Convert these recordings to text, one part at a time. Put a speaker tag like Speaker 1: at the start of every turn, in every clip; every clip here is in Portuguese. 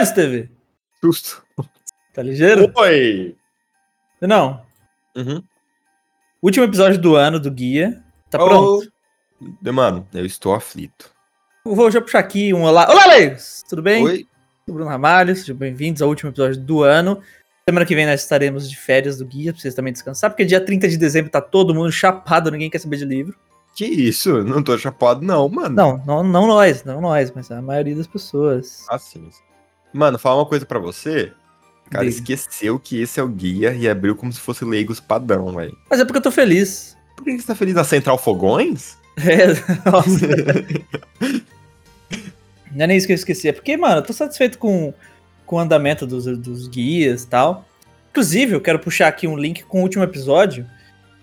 Speaker 1: essa, TV?
Speaker 2: Justo.
Speaker 1: Tá ligeiro?
Speaker 3: Oi!
Speaker 1: Não.
Speaker 3: Uhum.
Speaker 1: Último episódio do ano do guia. Tá pronto?
Speaker 3: Oh, Mano, eu estou aflito.
Speaker 1: Eu Vou já puxar aqui um olá. Olá, leigos! Tudo bem?
Speaker 3: Oi?
Speaker 1: Sou Bruno Ramalho, sejam bem-vindos ao último episódio do ano. Semana que vem nós estaremos de férias do guia, pra vocês também descansar, porque dia 30 de dezembro tá todo mundo chapado, ninguém quer saber de livro.
Speaker 3: Que isso? Não tô chapado, não, mano.
Speaker 1: Não, não, não nós, não nós, mas a maioria das pessoas.
Speaker 3: Assim. Mano, falar uma coisa pra você. Cara,
Speaker 1: Diga.
Speaker 3: esqueceu que esse é o guia e abriu como se fosse leigos padrão, velho.
Speaker 1: Mas é porque eu tô feliz.
Speaker 3: Por que que você tá feliz na Central Fogões?
Speaker 1: É, nossa. Não é nem isso que eu esqueci. É porque, mano, eu tô satisfeito com, com o andamento dos, dos guias e tal. Inclusive, eu quero puxar aqui um link com o último episódio.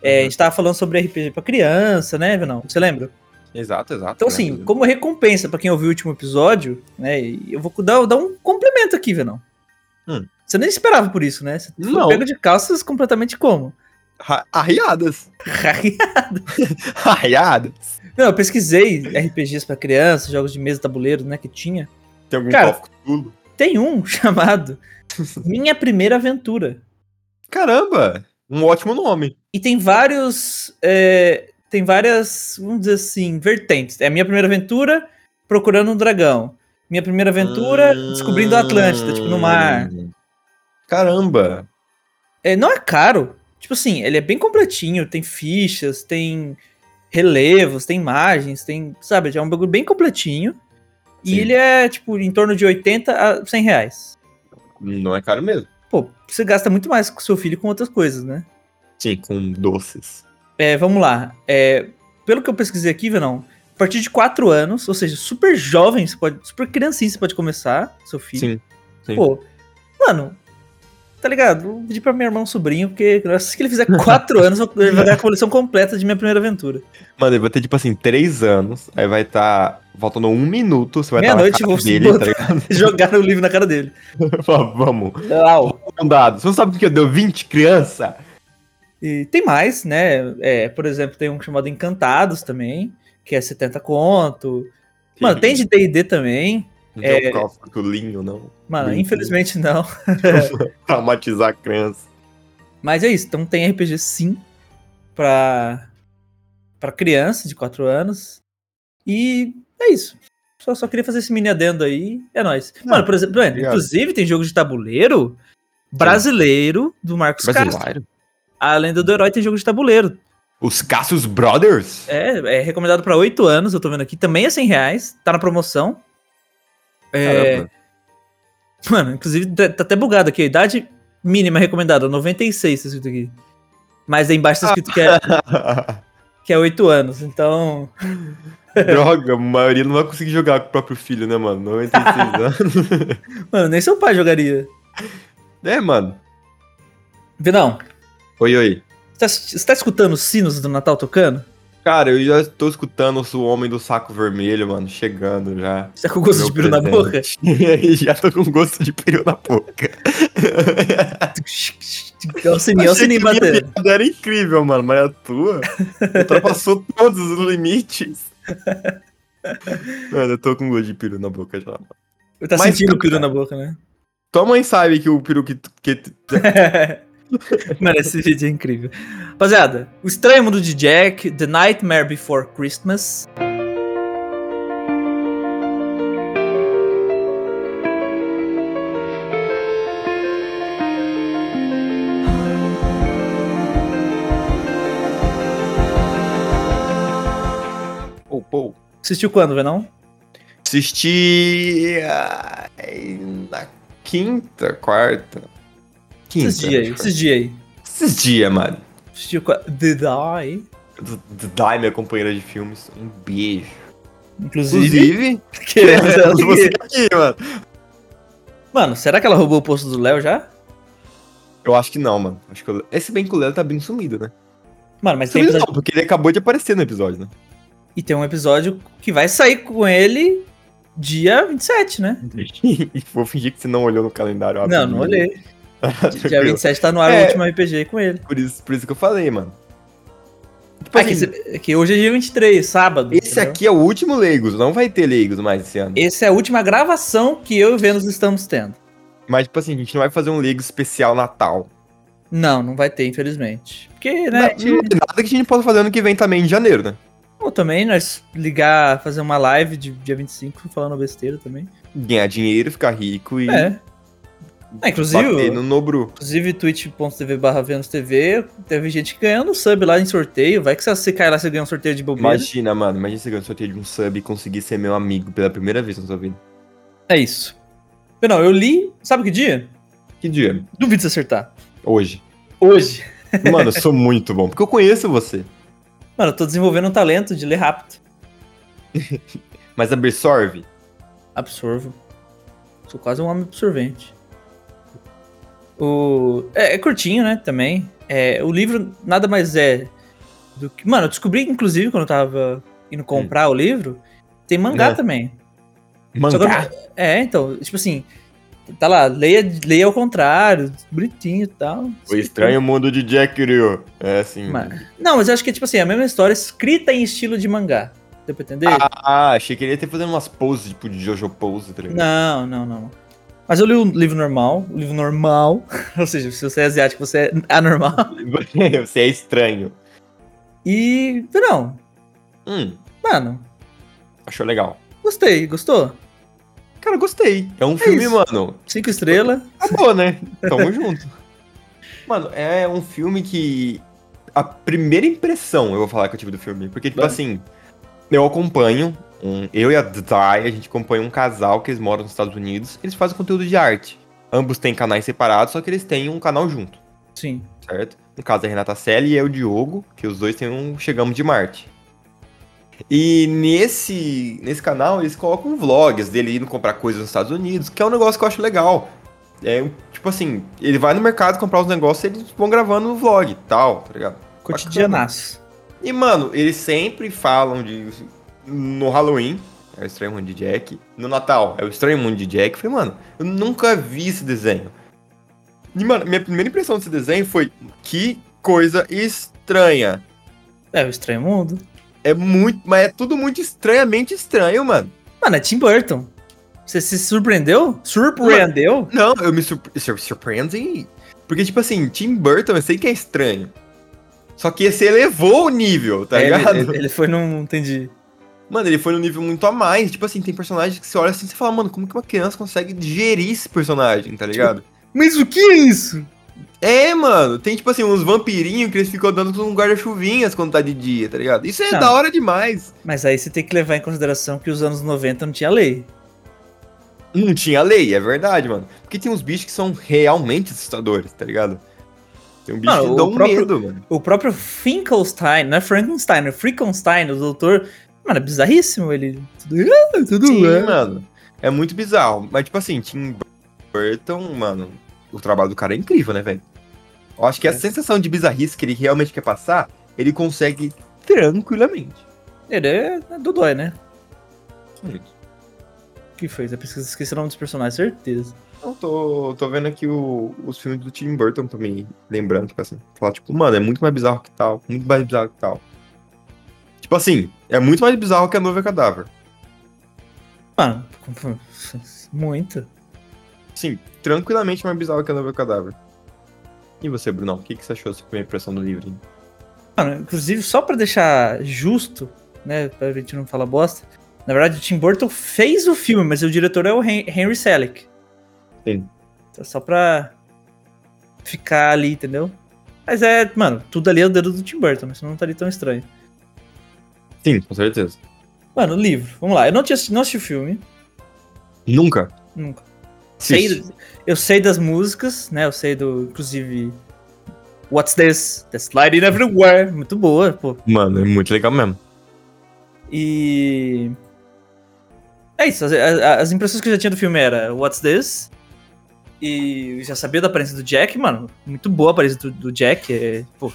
Speaker 1: É,
Speaker 3: Uhum.
Speaker 1: A gente tava falando sobre RPG pra criança, né, Vinão? Você lembra?
Speaker 3: Exato, exato.
Speaker 1: Então,
Speaker 3: né?
Speaker 1: assim, como recompensa pra quem ouviu o último episódio, né? e Eu vou dar, dar um complemento aqui, Vinão.
Speaker 3: Hum.
Speaker 1: Você nem esperava por isso, né? Você foi
Speaker 3: Não.
Speaker 1: pego de calças completamente como?
Speaker 3: Ra- Arriadas. Arriadas.
Speaker 1: Não, eu pesquisei RPGs pra criança, jogos de mesa, tabuleiro, né, que tinha.
Speaker 3: Tem algum
Speaker 1: Cara-
Speaker 3: tópico tudo?
Speaker 1: Tem um chamado Minha Primeira Aventura.
Speaker 3: Caramba! Um ótimo nome.
Speaker 1: E tem vários. é, tem várias, vamos dizer assim, vertentes. É Minha Primeira Aventura procurando um dragão. Minha Primeira Aventura descobrindo a Atlântida, tipo, no mar.
Speaker 3: Hum. Caramba!
Speaker 1: É, não é caro. Tipo assim, ele é bem completinho. Tem fichas, tem relevos, tem imagens, tem. Sabe, já é um bagulho bem completinho. E
Speaker 3: Sim.
Speaker 1: ele é, tipo, em torno de 80 a 100 reais.
Speaker 3: Não é caro mesmo.
Speaker 1: Pô, você gasta muito mais com seu filho com outras coisas, né?
Speaker 3: Sim, com doces.
Speaker 1: É, vamos lá. É, pelo que eu pesquisei aqui, Venão, a partir de 4 anos, ou seja, super jovem, você pode, super criancinha, você pode começar, seu filho.
Speaker 3: Sim, sim.
Speaker 1: Pô, mano, tá ligado? Vou pedir pra meu irmão sobrinho, porque assim que ele fizer 4 anos, eu- ele vai dar a coleção completa de minha primeira aventura.
Speaker 3: Mano, ele vai ter, tipo assim, três anos, aí vai tá faltando um minuto, você vai estar
Speaker 1: Meia-noite
Speaker 3: tá
Speaker 1: eu
Speaker 3: na
Speaker 1: vou
Speaker 3: cara dele, tá
Speaker 1: botar-
Speaker 3: ligado?
Speaker 1: Jogar o livro na cara dele.
Speaker 3: Fala, Vamos,
Speaker 1: Uau.
Speaker 3: um dado. Você não sabe o que eu deu 20, criança?
Speaker 1: E tem mais, né? É, por exemplo, tem um chamado Encantados também, que é 70 conto. Mano, tem de D&D também.
Speaker 3: Não tem
Speaker 1: é-
Speaker 3: um calculinho, não.
Speaker 1: Mano,
Speaker 3: Bem-
Speaker 1: infelizmente não.
Speaker 3: Traumatizar a criança.
Speaker 1: Mas é isso, então tem RPG sim pra, pra criança de 4 anos. E é isso. Só, só queria fazer esse mini adendo aí. É nóis.
Speaker 3: Não,
Speaker 1: Mano, por exemplo, mano,
Speaker 3: obrigado.
Speaker 1: inclusive tem jogo de tabuleiro brasileiro do Marcos Castro. A Lenda do Herói tem jogo de tabuleiro.
Speaker 3: Os Cassius Brothers?
Speaker 1: É, é recomendado pra 8 anos, eu tô vendo aqui. Também é 100 reais, tá na promoção. É,
Speaker 3: Caramba.
Speaker 1: Mano, inclusive tá tá até bugado aqui. A idade mínima recomendada, 96, tá escrito aqui. Mas aí embaixo tá
Speaker 3: Ah.
Speaker 1: escrito que é, que é 8 anos, então.
Speaker 3: Droga, a maioria não vai conseguir jogar com o próprio filho, né, mano? 96 anos.
Speaker 1: Mano, nem seu pai jogaria.
Speaker 3: É, mano.
Speaker 1: Vinão,
Speaker 3: Oi, oi.
Speaker 1: você tá, você tá escutando os sinos do Natal tocando?
Speaker 3: Cara, eu já tô escutando o homem do saco vermelho, mano, chegando já.
Speaker 1: Você tá com gosto
Speaker 3: Meu
Speaker 1: de peru na boca?
Speaker 3: presente. E já tô com gosto de peru na boca.
Speaker 1: É o sininho, é o
Speaker 3: Achei
Speaker 1: sininho
Speaker 3: que a minha
Speaker 1: batendo.
Speaker 3: piada Era incrível, mano, mas a tua ultrapassou todos os limites. Mano, eu tô com gosto de peru na boca já.
Speaker 1: Tá
Speaker 3: Mas
Speaker 1: sentindo o
Speaker 3: toca.
Speaker 1: peru na boca, né?
Speaker 3: Tua mãe sabe que o peru que, tu- que tu-
Speaker 1: Mano, esse vídeo é incrível. Rapaziada, O Estranho Mundo de Jack, The Nightmare Before Christmas.
Speaker 3: Pô, pô.
Speaker 1: Assistiu quando, Venão?
Speaker 3: Assisti ai, na quinta, quarta. Quinta.
Speaker 1: Esses dias aí,
Speaker 3: acho que
Speaker 1: esses dias aí.
Speaker 3: foi. Esses dias, mano.
Speaker 1: Assistiu quando? The Die.
Speaker 3: D- D- Dai, minha companheira de filmes, um beijo.
Speaker 1: Inclusive.
Speaker 3: Inclusive,
Speaker 1: queremos ela
Speaker 3: temos você tá
Speaker 1: aqui.
Speaker 3: aqui, mano.
Speaker 1: Mano, será que ela roubou o posto do Léo já?
Speaker 3: Eu acho que não, mano. Acho que eu... Esse bem que o Léo tá bem sumido, né?
Speaker 1: Mano, mas tem
Speaker 3: Sumido
Speaker 1: episódio
Speaker 3: não, porque ele acabou de aparecer no episódio, né?
Speaker 1: E tem um episódio que vai sair com ele dia 27, né?
Speaker 3: E Vou fingir que você não olhou no calendário.
Speaker 1: não, não olhei. Dia 27 tá no ar
Speaker 3: É.
Speaker 1: o último RPG com ele.
Speaker 3: Por isso, por isso que eu falei, mano. Tipo
Speaker 1: Ah, que, Uhum.
Speaker 3: assim,
Speaker 1: se- que hoje é dia 23, sábado.
Speaker 3: esse
Speaker 1: entendeu?
Speaker 3: aqui é o último Leigos, não vai ter Leigos mais esse ano.
Speaker 1: Essa é a última gravação que eu e o Vênus estamos tendo.
Speaker 3: Mas, tipo assim, a gente não vai fazer um Leigos especial Natal.
Speaker 1: Não, não vai ter, infelizmente. Porque, né,
Speaker 3: Na-
Speaker 1: a
Speaker 3: Não,
Speaker 1: gente-
Speaker 3: tem nada que a gente possa fazer ano que vem também, em janeiro, né?
Speaker 1: ou também nós ligar, fazer uma live de dia 25 falando besteira também.
Speaker 3: Ganhar dinheiro, ficar rico e
Speaker 1: É. É, inclusive,
Speaker 3: bater né? no Nobru.
Speaker 1: inclusive twitch.tv barra Vênus TV, teve gente ganhando sub lá em sorteio. Vai que se você cai lá, você ganha um sorteio de bobeira.
Speaker 3: Imagina, mano. Imagina você ganhar um sorteio de um sub e conseguir ser meu amigo pela primeira vez na sua vida.
Speaker 1: É isso. Eu não, eu li, sabe que dia?
Speaker 3: Que dia?
Speaker 1: Duvido de você acertar.
Speaker 3: Hoje.
Speaker 1: Hoje.
Speaker 3: Mano, eu sou muito bom, porque eu conheço você.
Speaker 1: Mano, eu tô desenvolvendo um talento de ler rápido.
Speaker 3: Mas absorve.
Speaker 1: Absorvo. Sou quase um homem absorvente. O... É, é curtinho, né, também. É, o livro nada mais é do que... Mano, eu descobri, inclusive, quando eu tava indo comprar o livro, tem mangá
Speaker 3: É.
Speaker 1: também. Só que eu
Speaker 3: Mangá.
Speaker 1: não- É, então, tipo assim, tá lá, leia, leia ao contrário, bonitinho e tal.
Speaker 3: O Estranho Mundo de Jack Ryu. É assim.
Speaker 1: Mas- Não, mas eu acho que é tipo assim, a mesma história escrita em estilo de mangá. Deu pra entender?
Speaker 3: Ah, achei que ele ia ter fazendo umas poses, tipo de Jojo pose, tá ligado?
Speaker 1: Não, não, não. Mas eu li o livro normal, o livro normal, ou seja, se você é asiático, você é anormal.
Speaker 3: Você é estranho.
Speaker 1: E, não,
Speaker 3: Hum,
Speaker 1: mano,
Speaker 3: achou legal.
Speaker 1: gostei, gostou?
Speaker 3: Cara, gostei. É um filme,
Speaker 1: isso.
Speaker 3: mano.
Speaker 1: Cinco estrelas.
Speaker 3: Acabou, né? Tamo junto. Mano, é um filme que. A primeira impressão eu vou falar que eu tive do filme. Porque, tipo
Speaker 1: Vai.
Speaker 3: assim, eu acompanho. um- eu e a Dai, a gente acompanha um casal que eles moram nos Estados Unidos. Eles fazem conteúdo de arte. Ambos têm canais separados, só que eles têm um canal junto.
Speaker 1: Sim,
Speaker 3: certo? No caso, a Renata Selle e eu, o Diogo, que os dois têm um Chegamos de Marte. E nesse, nesse canal, eles colocam vlogs dele indo comprar coisas nos Estados Unidos, que é um negócio que eu acho legal. É, tipo assim, ele vai no mercado comprar os negócios e eles vão gravando no vlog e tal, tá ligado?
Speaker 1: cotidianaço.
Speaker 3: E, mano, eles sempre falam de. No Halloween, é o Estranho Mundo de Jack. No Natal, é o Estranho Mundo de Jack. Eu falei, mano, eu nunca vi esse desenho. E, mano, minha primeira impressão desse desenho foi: que coisa estranha.
Speaker 1: É, o Estranho Mundo.
Speaker 3: É muito. Mas é tudo muito estranhamente estranho, mano.
Speaker 1: Mano, é Tim Burton. Você se surpreendeu? Surpreendeu?
Speaker 3: Não, eu me surpre sur- surpreendi. Porque, tipo assim, Tim Burton, eu sei que é estranho. Só que esse elevou o nível, tá
Speaker 1: É, ele-
Speaker 3: ligado?
Speaker 1: Ele, ele foi num. Entendi.
Speaker 3: Mano, ele foi num nível muito a mais. Tipo assim, tem personagens que você olha assim e você fala, mano, como que uma criança consegue digerir esse personagem, tá ligado?
Speaker 1: Mas o que é isso?
Speaker 3: É, mano, tem tipo assim, uns vampirinhos que eles ficam andando com um guarda-chuvinhas quando tá de dia, tá ligado? Isso é
Speaker 1: Não.
Speaker 3: da hora demais.
Speaker 1: Mas aí você tem que levar em consideração que os anos 90 não tinha lei.
Speaker 3: Não tinha lei, é verdade, mano. Porque tem uns bichos que são realmente assustadores, tá ligado? Tem um bicho
Speaker 1: Mano,
Speaker 3: que
Speaker 1: o
Speaker 3: dá um
Speaker 1: próprio-
Speaker 3: medo, mano.
Speaker 1: O próprio Finkelstein, não é Frankenstein, é Frankenstein, o doutor. Mano, é bizarríssimo ele. Tudo, ah, tudo
Speaker 3: Sim,
Speaker 1: é.
Speaker 3: mano. É muito bizarro. Mas, tipo assim, Tim Burton, mano, o trabalho do cara é incrível, né, velho? Eu acho que a
Speaker 1: É.
Speaker 3: sensação de bizarrice que ele realmente quer passar, ele consegue tranquilamente.
Speaker 1: Ele é, é Dodói, né?
Speaker 3: Sim.
Speaker 1: O que foi? Você pesquisa- esqueci o nome dos personagens, certeza.
Speaker 3: Eu tô, tô vendo aqui o- os filmes do Tim Burton também, lembrando, tipo assim, falar, tipo, mano, é muito mais bizarro que tal, muito mais bizarro que tal. Tipo assim, é muito mais bizarro que a Noiva Cadáver.
Speaker 1: Mano, muito.
Speaker 3: Sim, tranquilamente mais bizarro que a Noiva Cadáver. E você, Brunão, o que, que você achou dessa primeira impressão do livro? hein?
Speaker 1: Mano, inclusive, só pra deixar justo, né, pra gente não falar bosta, na verdade o Tim Burton fez o filme, mas o diretor é o Hen- Henry Selick.
Speaker 3: Sim.
Speaker 1: Então, só pra ficar ali, entendeu? Mas é, mano, tudo ali é o dedo do Tim Burton, mas senão não estaria tão estranho.
Speaker 3: Sim, com certeza.
Speaker 1: Mano, livro, vamos lá. Eu não, tinha, assisti- não assisti o filme,
Speaker 3: Nunca.
Speaker 1: nunca. Sei,
Speaker 3: Sim.
Speaker 1: eu sei das músicas, né, eu sei do, inclusive, What's This? That's Sliding Everywhere, muito boa, pô.
Speaker 3: Mano, é muito legal mesmo.
Speaker 1: E. É isso. As, a- as impressões que eu já tinha do filme era What's This? E eu já sabia da aparência do Jack, mano. Muito boa a aparência do, do Jack. É, pô,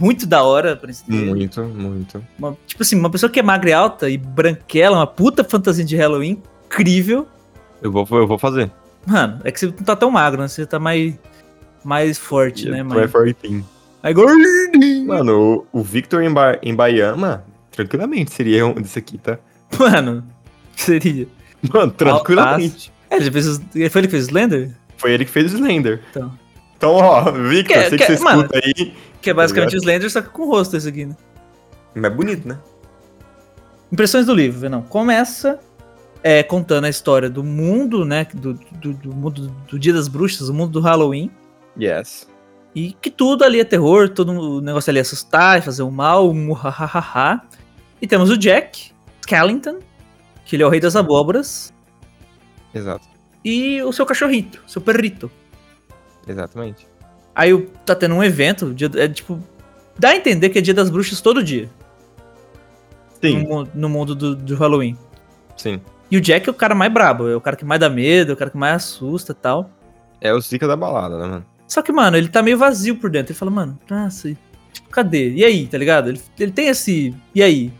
Speaker 1: muito da hora a aparência dele.
Speaker 3: Muito, muito.
Speaker 1: Uma- tipo assim, uma pessoa que é magra e alta e branquela, uma puta fantasia de Halloween incrível.
Speaker 3: Eu vou, eu vou fazer.
Speaker 1: Mano, é que você não tá tão magro, né? Você tá mais, mais forte, né?
Speaker 3: Tu é
Speaker 1: Mas,
Speaker 3: fortinho.
Speaker 1: Aí, gordinho.
Speaker 3: Mano, o, o Victor em, ba em Baiama, tranquilamente seria um desse aqui, tá?
Speaker 1: Mano, seria.
Speaker 3: Mano, tranquilamente.
Speaker 1: É, ele fez os- ele foi ele que fez o Slender?
Speaker 3: Foi ele que fez o Slender.
Speaker 1: Então.
Speaker 3: Então, ó, Victor,
Speaker 1: Que-
Speaker 3: sei
Speaker 1: que-
Speaker 3: que você
Speaker 1: mano.
Speaker 3: escuta aí.
Speaker 1: Que é basicamente o Slender, só que com o rosto esse aqui, né?
Speaker 3: Mas é bonito, né?
Speaker 1: Impressões do livro, não. Começa é, contando a história do mundo, né? Do, do, do mundo do Dia das Bruxas, o mundo do Halloween.
Speaker 3: Yes.
Speaker 1: E que tudo ali é terror, todo o negócio ali é assustar, é fazer o mal, um muhahaha. E temos o Jack Skellington, que ele é o rei das abóboras,
Speaker 3: Exato.
Speaker 1: e o seu cachorrito, seu perrito.
Speaker 3: Exatamente.
Speaker 1: Aí o- tá tendo um evento, dia- é tipo. Dá a entender que é dia das bruxas todo dia, no,
Speaker 3: Sim,
Speaker 1: mu- no mundo do, do Halloween.
Speaker 3: sim.
Speaker 1: E o Jack é o cara mais brabo, é o cara que mais dá medo, é o cara que mais assusta e tal.
Speaker 3: É o Zika da balada, né, mano?
Speaker 1: Só que, mano, ele tá meio vazio por dentro. Ele fala, mano, nossa, e- tipo, cadê? E aí, tá ligado? Ele, ele tem esse. E aí?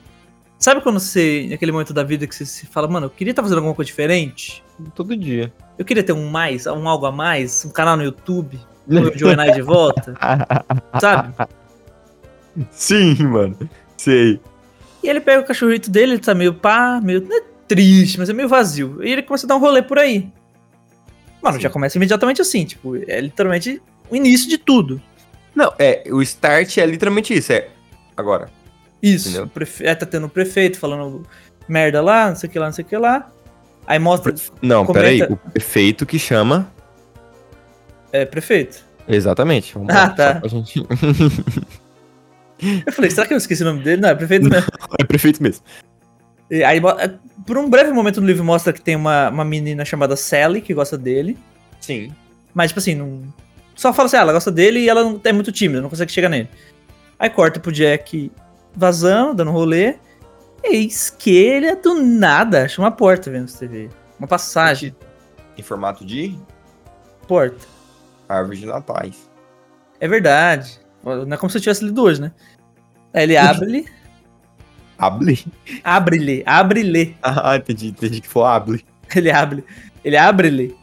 Speaker 1: Sabe quando você, naquele momento da vida que você se fala, mano, eu queria estar fazendo alguma coisa diferente?
Speaker 3: Todo dia.
Speaker 1: Eu queria ter um mais, um algo a mais, um canal no YouTube, o Joe Nye de volta, sabe?
Speaker 3: Sim, mano. Sei.
Speaker 1: E ele pega o cachorrito dele, ele tá meio pá, meio. Não é triste, mas é meio vazio. E ele começa a dar um rolê por aí. Mano,
Speaker 3: Sim.
Speaker 1: já começa imediatamente assim, tipo, é literalmente o início de tudo.
Speaker 3: Não, é, o start é literalmente isso, é. Agora.
Speaker 1: Isso.
Speaker 3: Entendeu?
Speaker 1: o prefe- é, tá tendo o prefeito falando merda lá, não sei o que lá, não sei o que lá. Aí mostra.
Speaker 3: Não,
Speaker 1: Comenta.
Speaker 3: peraí. O prefeito que chama.
Speaker 1: É, prefeito.
Speaker 3: Exatamente. Vamos
Speaker 1: Ah,
Speaker 3: lá,
Speaker 1: tá.
Speaker 3: só pra gente-
Speaker 1: Eu falei, será que eu esqueci o nome dele? Não, é prefeito mesmo.
Speaker 3: É prefeito mesmo.
Speaker 1: E aí, mo- é, por um breve momento no livro mostra que tem uma, uma menina chamada Sally que gosta dele.
Speaker 3: Sim.
Speaker 1: Mas, tipo assim, não. Só fala assim, ah, ela gosta dele e ela não- é muito tímida, não consegue chegar nele. Aí corta pro Jack vazando, dando rolê. Eis que ele é do nada, acha uma porta vendo essa TV. Uma passagem,
Speaker 3: Em formato de
Speaker 1: porta.
Speaker 3: árvore de natais.
Speaker 1: É verdade. Não é como se eu tivesse lido hoje, né? Aí ele abre-lhe.
Speaker 3: Able?
Speaker 1: abre-lhe, abre-lhe.
Speaker 3: Ah, entendi. Entendi que foi able.
Speaker 1: Ele abre. Ele abre-lhe.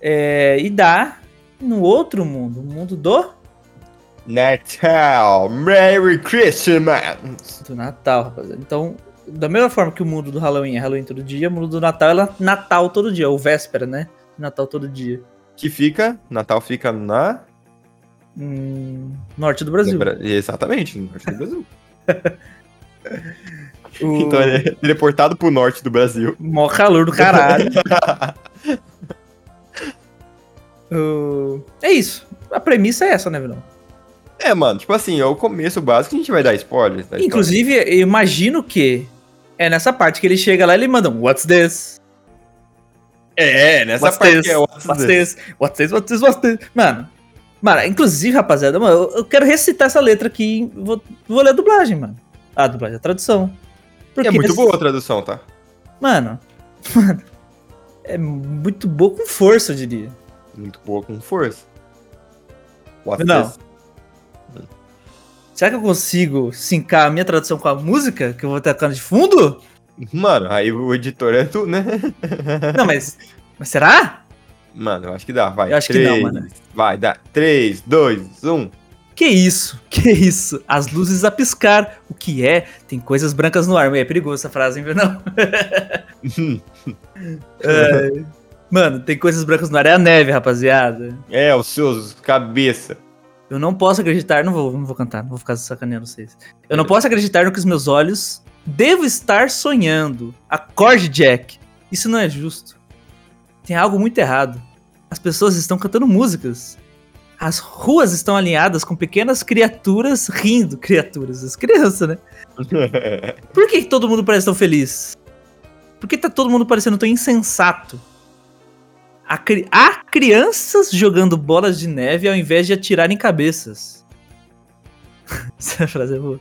Speaker 1: É, e dá no outro mundo. O mundo do,
Speaker 3: Natal. Merry Christmas.
Speaker 1: do Natal, rapaziada. Então, da mesma forma que o mundo do Halloween é Halloween todo dia, o mundo do Natal é Natal todo dia, ou véspera, né? Natal todo dia.
Speaker 3: Que fica. Natal fica na.
Speaker 1: Hum, norte do Brasil.
Speaker 3: Lembra- Exatamente, no norte do Brasil.
Speaker 1: O...
Speaker 3: Então ele é teleportado pro norte do Brasil.
Speaker 1: Mó calor do caralho. O- É isso. A premissa é essa, né, Vilão?
Speaker 3: É, mano, tipo assim, é o começo básico que a gente vai dar tá? spoiler. da história.
Speaker 1: Inclusive, eu imagino que é nessa parte que ele chega lá e ele manda um What's this?
Speaker 3: É, nessa
Speaker 1: What's
Speaker 3: parte
Speaker 1: this?
Speaker 3: é o
Speaker 1: What's this? What's this? What's this? What's this? Mano, mano, inclusive, rapaziada, mano, eu- eu quero recitar essa letra aqui. Vou, vou ler a dublagem, mano. A dublagem, a tradução.
Speaker 3: É muito
Speaker 1: esse-
Speaker 3: boa a tradução, tá?
Speaker 1: Mano, mano, é muito boa com força, eu diria.
Speaker 3: Muito boa com força. What's
Speaker 1: Não.
Speaker 3: this?
Speaker 1: Será que eu consigo sincar a minha tradução com a música que eu vou tocando de fundo?
Speaker 3: Mano, aí o editor é tu, né?
Speaker 1: Não, mas. Mas será?
Speaker 3: Mano, eu acho que dá, vai.
Speaker 1: Eu acho que não, mano.
Speaker 3: Vai, dá. um. 3, 2, 1.
Speaker 1: Que isso? Que isso? As luzes a piscar. O que é? Tem coisas brancas no ar. Mas É perigoso essa frase, hein? Não. É, Mano, tem coisas brancas no ar. É a neve, rapaziada.
Speaker 3: É, os seus cabeça.
Speaker 1: Eu não posso acreditar. Não vou, não vou cantar. Não vou ficar sacaneando vocês. Eu não posso acreditar no que os meus olhos. Devo estar sonhando. Acorde, Jack. Isso não é justo. Tem algo muito errado. As pessoas estão cantando músicas. As ruas estão alinhadas com pequenas criaturas rindo. Criaturas, as crianças, né? Por que todo mundo parece tão feliz? Por que tá todo mundo parecendo tão insensato? Há, cri- há crianças jogando bolas de neve ao invés de atirarem cabeças. Essa frase é boa.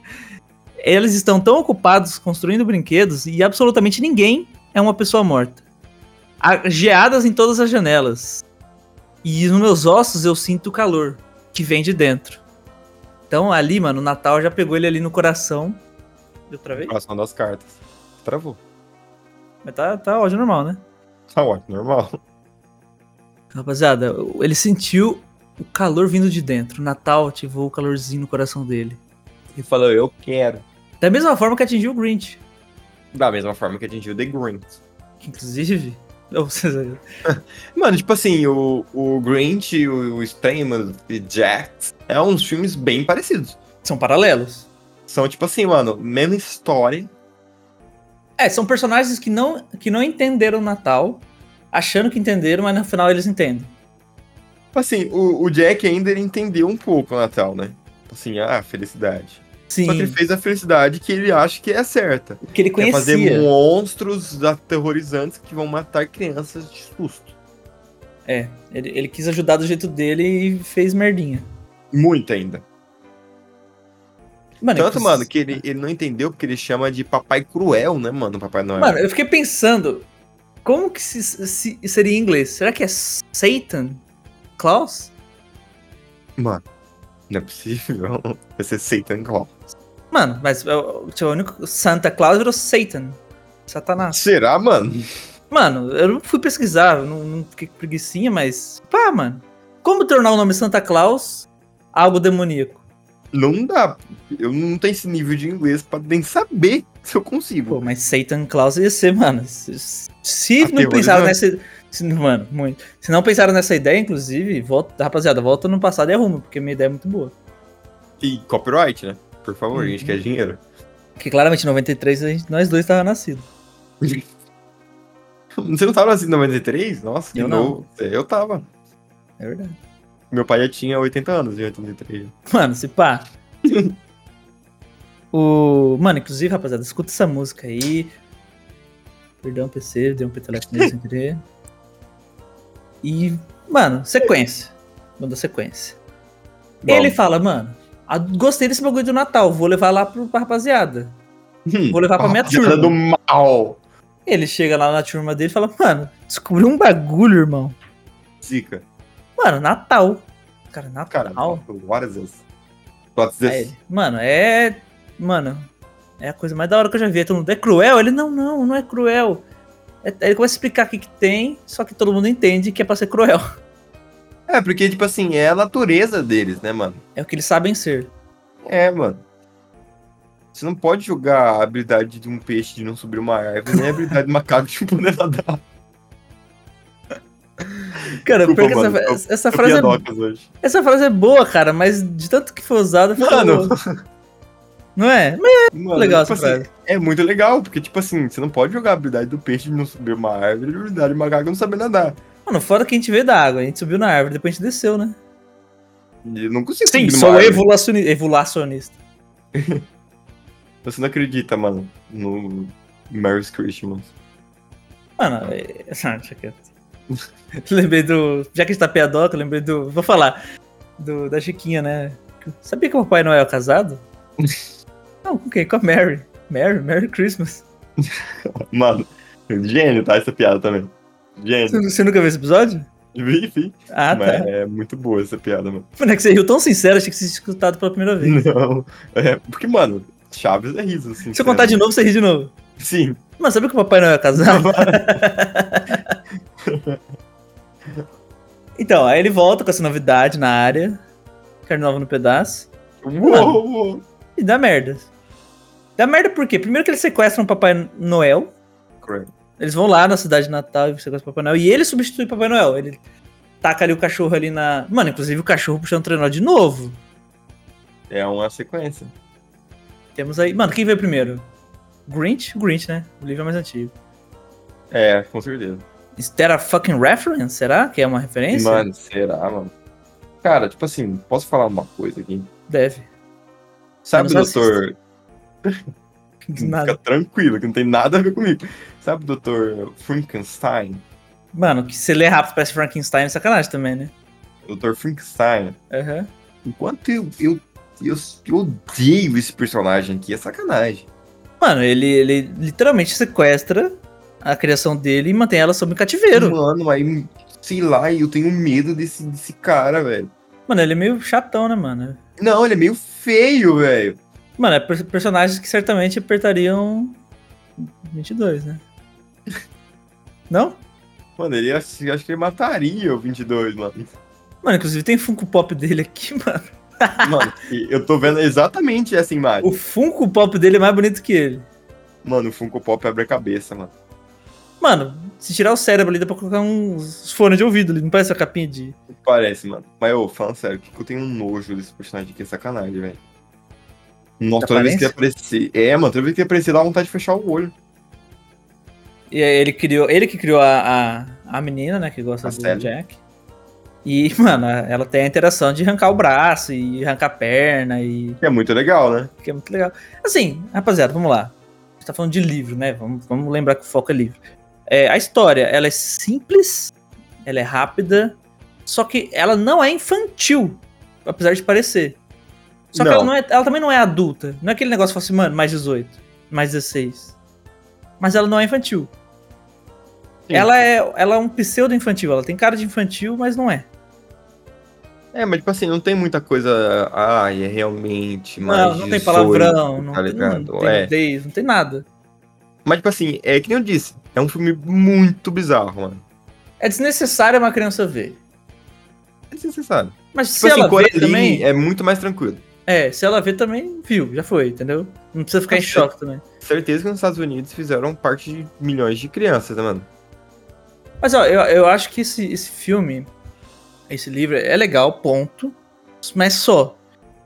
Speaker 1: Eles estão tão ocupados construindo brinquedos e absolutamente ninguém é uma pessoa morta. Há geadas em todas as janelas. E nos meus ossos eu sinto o calor que vem de dentro. Então ali, mano, o Natal já pegou ele ali no coração. Deu outra vez?
Speaker 3: Próximo das cartas. Travou.
Speaker 1: Mas tá, tá ódio normal, né?
Speaker 3: Tá ótimo, normal.
Speaker 1: Rapaziada, ele sentiu o calor vindo de dentro. Natal ativou o calorzinho no coração dele.
Speaker 3: E falou, eu quero.
Speaker 1: Da mesma forma que atingiu o Grinch.
Speaker 3: Da mesma forma que atingiu The Grinch.
Speaker 1: Que, inclusive. Ou seja,
Speaker 3: Mano, tipo assim, o, o Grinch, o, o Steinman e Jack é uns filmes bem parecidos.
Speaker 1: são paralelos.
Speaker 3: São tipo assim, mano, mesma história.
Speaker 1: É, são personagens que não, que não entenderam o Natal, achando que entenderam, mas no final eles entendem.
Speaker 3: Tipo assim, o, o Jack ainda ele entendeu um pouco o Natal, né? Tipo Assim, ah, felicidade.
Speaker 1: Sim,
Speaker 3: Só que ele fez a felicidade que ele acha que é certa.
Speaker 1: que ele
Speaker 3: Quer fazer
Speaker 1: conhecia.
Speaker 3: monstros aterrorizantes que vão matar crianças de susto.
Speaker 1: É, ele, ele quis ajudar do jeito dele e fez merdinha.
Speaker 3: Muito ainda.
Speaker 1: Mano,
Speaker 3: Tanto,
Speaker 1: inclusive-
Speaker 3: mano, que ele, ele não entendeu porque ele chama de Papai Cruel, né, mano? Papai Noel.
Speaker 1: Mano, eu fiquei pensando, como que se, se- seria em inglês? Será que é Satan? Klaus?
Speaker 3: Mano, não é possível. é Você Satan Claw.
Speaker 1: Mano, mas é o é o único Santa Claus virou Satan. Satanás.
Speaker 3: Será, mano?
Speaker 1: Mano, eu não fui pesquisar, eu não, não fiquei com preguicinha, mas. Pá, mano. Como tornar o nome Santa Claus algo demoníaco?
Speaker 3: Não dá. Eu não tenho esse nível de inglês pra nem saber se eu
Speaker 1: Pô,
Speaker 3: consigo.
Speaker 1: mas Satan Claus ia ser, mano. Se, se não
Speaker 3: Aterrorizante.
Speaker 1: pensaram nessa. se- mano, muito. Se não pensaram nessa ideia, inclusive, volta, rapaziada, volta no passado e arruma, porque minha ideia é muito boa.
Speaker 3: E copyright, né? Por favor, a gente
Speaker 1: Uhum.
Speaker 3: quer dinheiro.
Speaker 1: Porque claramente em 93 a gente- nós dois tava nascido.
Speaker 3: Você não tava nascido em 93? Nossa, que
Speaker 1: Eu não.
Speaker 3: novo. É, Eu tava.
Speaker 1: É verdade.
Speaker 3: Meu pai já tinha 80 anos em 83.
Speaker 1: Mano, se pá. o... Mano, inclusive, rapaziada, escuta essa música aí. Perdão, PC, dei um peteleco nele sem querer. E, mano, sequência. Manda sequência. Ele fala, mano, a- gostei desse bagulho do Natal, vou levar lá pro, pra rapaziada.
Speaker 3: Hum,
Speaker 1: Vou levar pra minha
Speaker 3: rapaziada
Speaker 1: turma.
Speaker 3: do mal.
Speaker 1: Ele chega lá na turma dele e fala, mano, descobri um bagulho, irmão.
Speaker 3: Zica.
Speaker 1: Mano, Natal. Cara, Natal?
Speaker 3: Cara, what is this? What is this?
Speaker 1: Aí ele, mano, é. Mano, é a coisa mais da hora que eu já vi. Todo mundo, é cruel? Ele, não, não, não é cruel. É- aí ele começa a explicar o que, que tem, só que todo mundo entende que é pra ser cruel.
Speaker 3: É, porque, tipo assim, é a natureza deles, né, mano?
Speaker 1: É o que eles sabem ser.
Speaker 3: É, mano. Você não pode jogar a habilidade de um peixe de não subir uma árvore, nem a habilidade de um macaco de poder nadar.
Speaker 1: Cara,
Speaker 3: Desculpa,
Speaker 1: porque essa,
Speaker 3: mano, eu-
Speaker 1: essa
Speaker 3: Eu vi
Speaker 1: frase é,
Speaker 3: docas hoje.
Speaker 1: essa frase é boa, cara, mas de tanto que foi usada, ficou-
Speaker 3: Mano.
Speaker 1: Não é? Mas é
Speaker 3: Mano,
Speaker 1: legal
Speaker 3: tipo
Speaker 1: essa
Speaker 3: assim,
Speaker 1: frase.
Speaker 3: é muito legal, porque, tipo assim, você não pode jogar a habilidade do peixe de não subir uma árvore e a habilidade de macaco de não saber nadar.
Speaker 1: Mano, fora que a gente veio da água, a gente subiu na árvore, depois a gente desceu, né? Tipo,
Speaker 3: E Eu não consigo subir numa
Speaker 1: sou
Speaker 3: árvore.
Speaker 1: evolucioni- evolucionista.
Speaker 3: né? Você não acredita, mano, no Merry Christmas.
Speaker 1: Mano, é... ah, deixa quieto. lembrei do. Já que a gente tá piadoca, eu lembrei do. Vou falar. Do, da Chiquinha, né? Sabia que o Papai Noel é casado? Não, com quem? Com a Mary. Mary, Merry Christmas.
Speaker 3: Mano, gênio, tá? Essa piada também.
Speaker 1: Você,
Speaker 3: Gênio.
Speaker 1: você nunca viu esse episódio?
Speaker 3: Vi, vi.
Speaker 1: Ah,
Speaker 3: Mas
Speaker 1: tá.
Speaker 3: é muito boa essa piada, mano.
Speaker 1: Mano, é que você riu tão sincero, achei que você tinha escutado pela primeira vez.
Speaker 3: Não. É, porque, mano, Chaves é riso, assim.
Speaker 1: Se eu contar de novo, você ri de novo.
Speaker 3: Sim.
Speaker 1: Mano, sabia que o Papai Noel é casado? então, aí ele volta com essa novidade na área. Carnaval no pedaço.
Speaker 3: Uou, uou.
Speaker 1: E dá merda. Dá merda por quê? Primeiro que eles sequestram o Papai Noel.
Speaker 3: Correto.
Speaker 1: Eles vão lá na cidade de Natal e sequestram o Papai Noel. E ele substitui o Papai Noel. Ele taca ali o cachorro ali na. Mano, inclusive o cachorro puxando o trenó de novo.
Speaker 3: É uma sequência.
Speaker 1: Temos aí. Mano, quem veio primeiro? Grinch? Grinch, né? O livro é mais antigo.
Speaker 3: É, com certeza.
Speaker 1: Is that a fucking reference? Será que é uma referência?
Speaker 3: Mano, será, mano? Cara, tipo assim, posso falar uma coisa aqui?
Speaker 1: Deve.
Speaker 3: Sabe,
Speaker 1: Menos
Speaker 3: doutor? Fica
Speaker 1: Nada.
Speaker 3: tranquilo, que não tem nada a ver comigo. Sabe, doutor Frankenstein?
Speaker 1: Mano, que se lê rápido parece Frankenstein, é sacanagem também, né?
Speaker 3: Doutor Frankenstein.
Speaker 1: Aham.
Speaker 3: Enquanto eu, eu, eu, eu odeio esse personagem aqui, é sacanagem.
Speaker 1: Mano, ele, ele literalmente sequestra a criação dele e mantém ela sob cativeiro.
Speaker 3: Mano, Um aí, sei lá, eu tenho medo desse, desse cara, velho.
Speaker 1: Mano, ele é meio chatão, né, mano?
Speaker 3: Não, ele é meio feio, velho.
Speaker 1: Mano, é per- personagens que certamente apertariam 22, né? Não?
Speaker 3: Mano, ele acho, acho que ele mataria o 22, mano.
Speaker 1: Mano, inclusive tem Funko Pop dele aqui, mano.
Speaker 3: Mano, e eu tô vendo exatamente essa imagem.
Speaker 1: O Funko Pop dele é mais bonito que ele.
Speaker 3: Mano, o Funko Pop abre a cabeça, mano.
Speaker 1: Mano, se tirar o cérebro ali, dá pra colocar uns fones de ouvido ali. Não parece uma capinha de.
Speaker 3: Parece, mano. Mas, ô, falando sério, que eu tenho um nojo desse personagem aqui, é sacanagem, velho. Nossa,
Speaker 1: Da
Speaker 3: toda vez que
Speaker 1: aparência?
Speaker 3: ia aparecer. É, mano, toda vez que ia aparecer, dá vontade de fechar o olho.
Speaker 1: E aí ele criou. Ele que criou a, a, a menina, né? Que gosta
Speaker 3: A
Speaker 1: do
Speaker 3: Sally.
Speaker 1: Jack. E, mano, ela tem a interação de arrancar o braço e arrancar a perna e.
Speaker 3: Que é muito legal, né?
Speaker 1: que é muito legal. Assim, rapaziada, vamos lá. A gente tá falando de livro, né? Vamos, vamos lembrar que o foco é livro. É, a história, ela é simples, ela é rápida, só que ela não é infantil, apesar de parecer. Só
Speaker 3: Não.
Speaker 1: que ela, não é, ela também não é adulta. Não é aquele negócio que fala assim, mano, mais 18, mais 16. Mas ela não é infantil.
Speaker 3: Sim.
Speaker 1: Ela é, ela é um pseudo-infantil. Ela tem cara de infantil, mas não é.
Speaker 3: É, mas tipo assim, não tem muita coisa. Ai, é realmente. mais
Speaker 1: não, não tem
Speaker 3: 18,
Speaker 1: palavrão, não,
Speaker 3: tá
Speaker 1: tem,
Speaker 3: ligado?
Speaker 1: não tem
Speaker 3: é.
Speaker 1: nudez, não tem nada.
Speaker 3: Mas tipo assim, é que nem eu disse, é um filme muito bizarro, mano.
Speaker 1: É desnecessário uma criança ver.
Speaker 3: É desnecessário.
Speaker 1: Mas
Speaker 3: Tipo
Speaker 1: se
Speaker 3: assim,
Speaker 1: ela
Speaker 3: quando
Speaker 1: vê
Speaker 3: é
Speaker 1: também.
Speaker 3: Lin, é muito mais tranquilo.
Speaker 1: É, se ela vê também, viu, já foi, entendeu? Não precisa ficar em
Speaker 3: Nossa.
Speaker 1: choque também.
Speaker 3: Certeza que nos Estados Unidos fizeram parte de milhões de crianças, né, mano?
Speaker 1: Mas ó, eu, eu acho que esse, esse filme, esse livro, é legal, ponto. Mas só.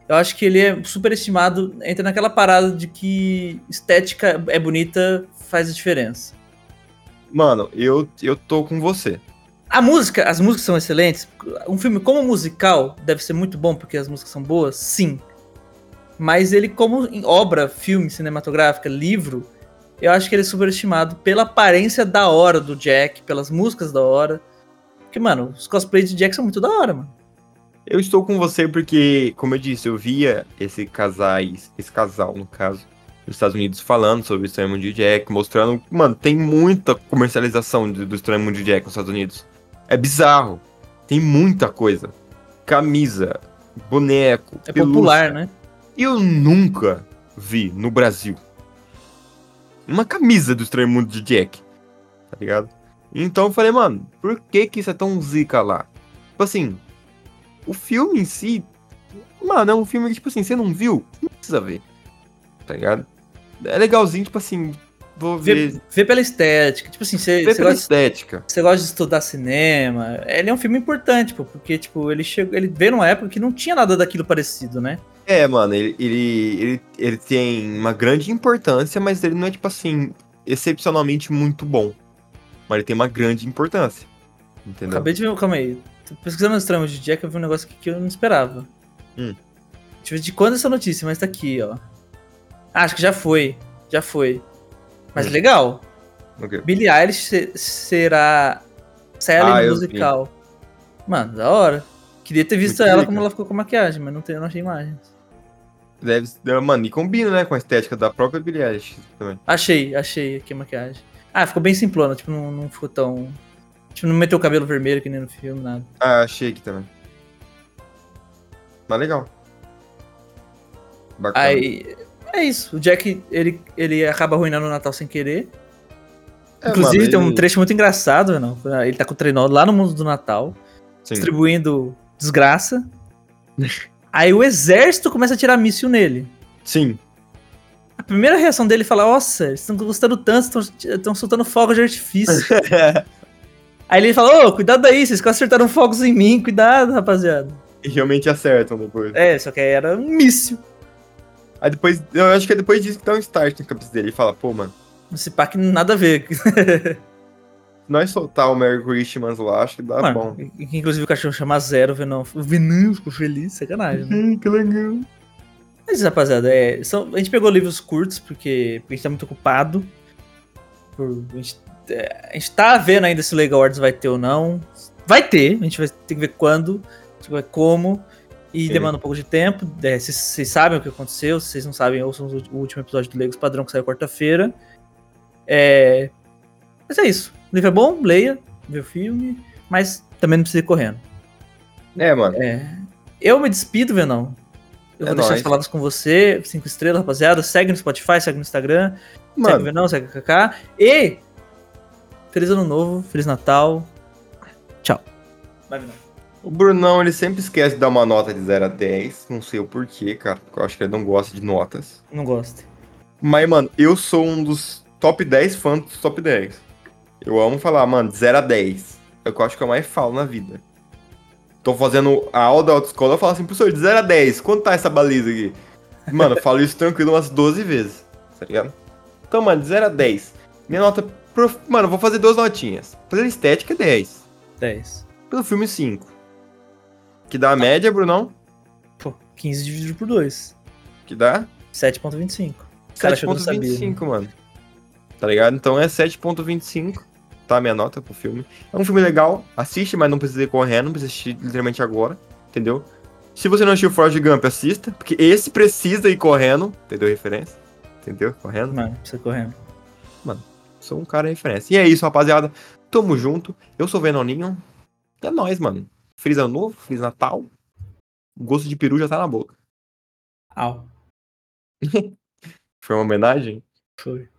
Speaker 1: Eu acho que ele é superestimado, entra naquela parada de que estética é bonita, faz a diferença.
Speaker 3: Mano, eu, eu tô com você.
Speaker 1: A música, as músicas são excelentes. Um filme como musical deve ser muito bom porque as músicas são boas, sim. Mas ele como em obra, filme, cinematográfica, livro, eu acho que ele é superestimado pela aparência da hora do Jack, pelas músicas da hora. Porque, mano, os cosplays de Jack são muito da hora, mano.
Speaker 3: Eu estou com você porque, como eu disse, eu via esse casais, esse casal, no caso, dos Estados Unidos falando sobre o Estranho Mundo de Jack, mostrando, mano, tem muita comercialização de- do Estranho Mundo de Jack nos Estados Unidos. É bizarro. Tem muita coisa. Camisa, boneco,
Speaker 1: É
Speaker 3: pelúcia.
Speaker 1: popular, né?
Speaker 3: Eu nunca vi no Brasil uma camisa do Estranho Mundo de Jack, tá ligado? Então eu falei, mano, por que que isso é tão zica lá? Tipo assim, o filme em si, mano, é um filme que, tipo assim, você não viu, não precisa ver, tá ligado? É legalzinho, tipo assim, vou ver,
Speaker 1: Vê, vê pela estética. Tipo assim, você
Speaker 3: ver
Speaker 1: você
Speaker 3: pela
Speaker 1: gosta,
Speaker 3: estética.
Speaker 1: você gosta de estudar cinema. Ele é um filme importante, pô, porque, tipo, ele chegou. Ele veio numa época que não tinha nada daquilo parecido, né?
Speaker 3: É, mano, ele, ele, ele, ele tem uma grande importância, mas ele não é, tipo assim, excepcionalmente muito bom. Mas ele tem uma grande importância. Entendeu?
Speaker 1: Acabei de ver, calma aí. Tô Pesquisando os tramas de Jack, eu vi um negócio aqui que eu não esperava.
Speaker 3: Hum.
Speaker 1: Deixa eu ver de quando essa notícia, mas tá aqui, ó. Ah, acho que já foi. Já foi. Mas
Speaker 3: Hum.
Speaker 1: legal.
Speaker 3: Ok.
Speaker 1: Billie Eilish se- será Sally
Speaker 3: Ah, eu vi.
Speaker 1: musical. Mano, da hora. Queria ter visto
Speaker 3: Muito
Speaker 1: ela
Speaker 3: rica.
Speaker 1: como ela ficou com a maquiagem, mas não, tem, não achei imagens.
Speaker 3: Deve, ser- mano, e combina, né, com a estética da própria Billie Eilish também.
Speaker 1: Achei, achei aqui a maquiagem. Ah, ficou bem simplona, tipo, não, não ficou tão. Tipo, não meteu o cabelo vermelho que nem no filme, nada.
Speaker 3: Ah, achei aqui também. Mas legal. Bacana.
Speaker 1: Aí é isso. O Jack, ele, ele acaba arruinando o Natal sem querer.
Speaker 3: É,
Speaker 1: Inclusive,
Speaker 3: mano,
Speaker 1: tem um
Speaker 3: ele-
Speaker 1: trecho muito engraçado, não. Ele tá com o trenó lá no mundo do Natal,
Speaker 3: Sim.
Speaker 1: distribuindo desgraça. Aí o exército começa a tirar míssil nele.
Speaker 3: Sim.
Speaker 1: A primeira reação dele é falar: Nossa, eles estão gostando tanto, estão soltando fogos de artifício. Aí ele fala: Ô, cuidado aí, vocês quase acertaram fogos em mim, cuidado, rapaziada.
Speaker 3: E realmente acertam depois.
Speaker 1: É, só que aí era um míssil.
Speaker 3: Aí depois, eu acho que é depois disso que dá um start na cabeça dele. Ele fala, pô, mano,
Speaker 1: Esse pack nada a ver.
Speaker 3: se nós é soltar o Merry Christmas lá, acho que dá Tá bom.
Speaker 1: Mano, e- e Inclusive o cachorro chama Zero, o Venom. O Venom ficou feliz, sacanagem. né?
Speaker 3: Ih, que legal.
Speaker 1: Mas, rapaziada, é, são- a gente pegou livros curtos, porque, porque a gente tá muito ocupado. Por- a, gente, é, a gente tá vendo ainda se o Legal Arts vai ter ou não. Vai ter, a gente vai ter que ver quando, a gente vai ver como. E
Speaker 3: Sim.
Speaker 1: demanda um pouco de tempo. É, Vocês vocês sabem o que aconteceu, se vocês não sabem, ouçam os ulti- o último episódio do Legos Padrão que saiu quarta-feira. É, mas é isso. O livro é bom, leia, vê o filme, mas também não precisa ir correndo.
Speaker 3: É, mano.
Speaker 1: É. Eu me despido, Venom. Eu
Speaker 3: É
Speaker 1: vou deixar
Speaker 3: nóis.
Speaker 1: as palavras com você. Cinco estrelas, rapaziada. Segue no Spotify, segue no Instagram. Segue o
Speaker 3: Mano,
Speaker 1: Venom, segue o KK. E. Feliz Ano Novo, Feliz Natal. Tchau. Vai, Venom.
Speaker 3: O Brunão, ele sempre esquece de dar uma nota de 0 a 10. Não sei o porquê, cara. Porque eu acho que ele não gosta de notas.
Speaker 1: Não gosto.
Speaker 3: Mas, mano, eu sou um dos top 10 fãs dos top 10. Eu amo falar, mano, de 0 a 10. É o que eu acho que eu mais falo na vida. Tô fazendo a aula da autoescola, eu falo assim, professor, de 0 a 10, quanto tá essa baliza aqui? Mano, eu falo isso tranquilo umas 12 vezes, tá ligado? Então, mano, de 0 a 10. Minha nota. Prof... Mano, eu vou fazer duas notinhas. Pela estética, é 10.
Speaker 1: 10.
Speaker 3: Pelo filme, 5. Que
Speaker 1: Tá.
Speaker 3: dá a média, Brunão?
Speaker 1: Pô, 15 dividido por 2.
Speaker 3: Que dá?
Speaker 1: 7.25. O cara achou que não sabia, né?
Speaker 3: 7.25, mano. Tá ligado? Então é 7.25, tá? a Minha nota pro filme. É um filme legal, assiste, mas não precisa ir correndo, não precisa assistir literalmente agora, entendeu? Se você não assistiu Forrest Gump, assista, porque esse precisa ir correndo, entendeu a referência? Entendeu? Correndo.
Speaker 1: Mano, precisa correndo.
Speaker 3: Sou um cara referência. E é isso, rapaziada. Tamo junto. Eu sou o Venoninho. É nóis, mano. Feliz ano novo, feliz Natal. O gosto de peru já tá na boca.
Speaker 1: Au.
Speaker 3: Foi uma homenagem?
Speaker 1: Foi.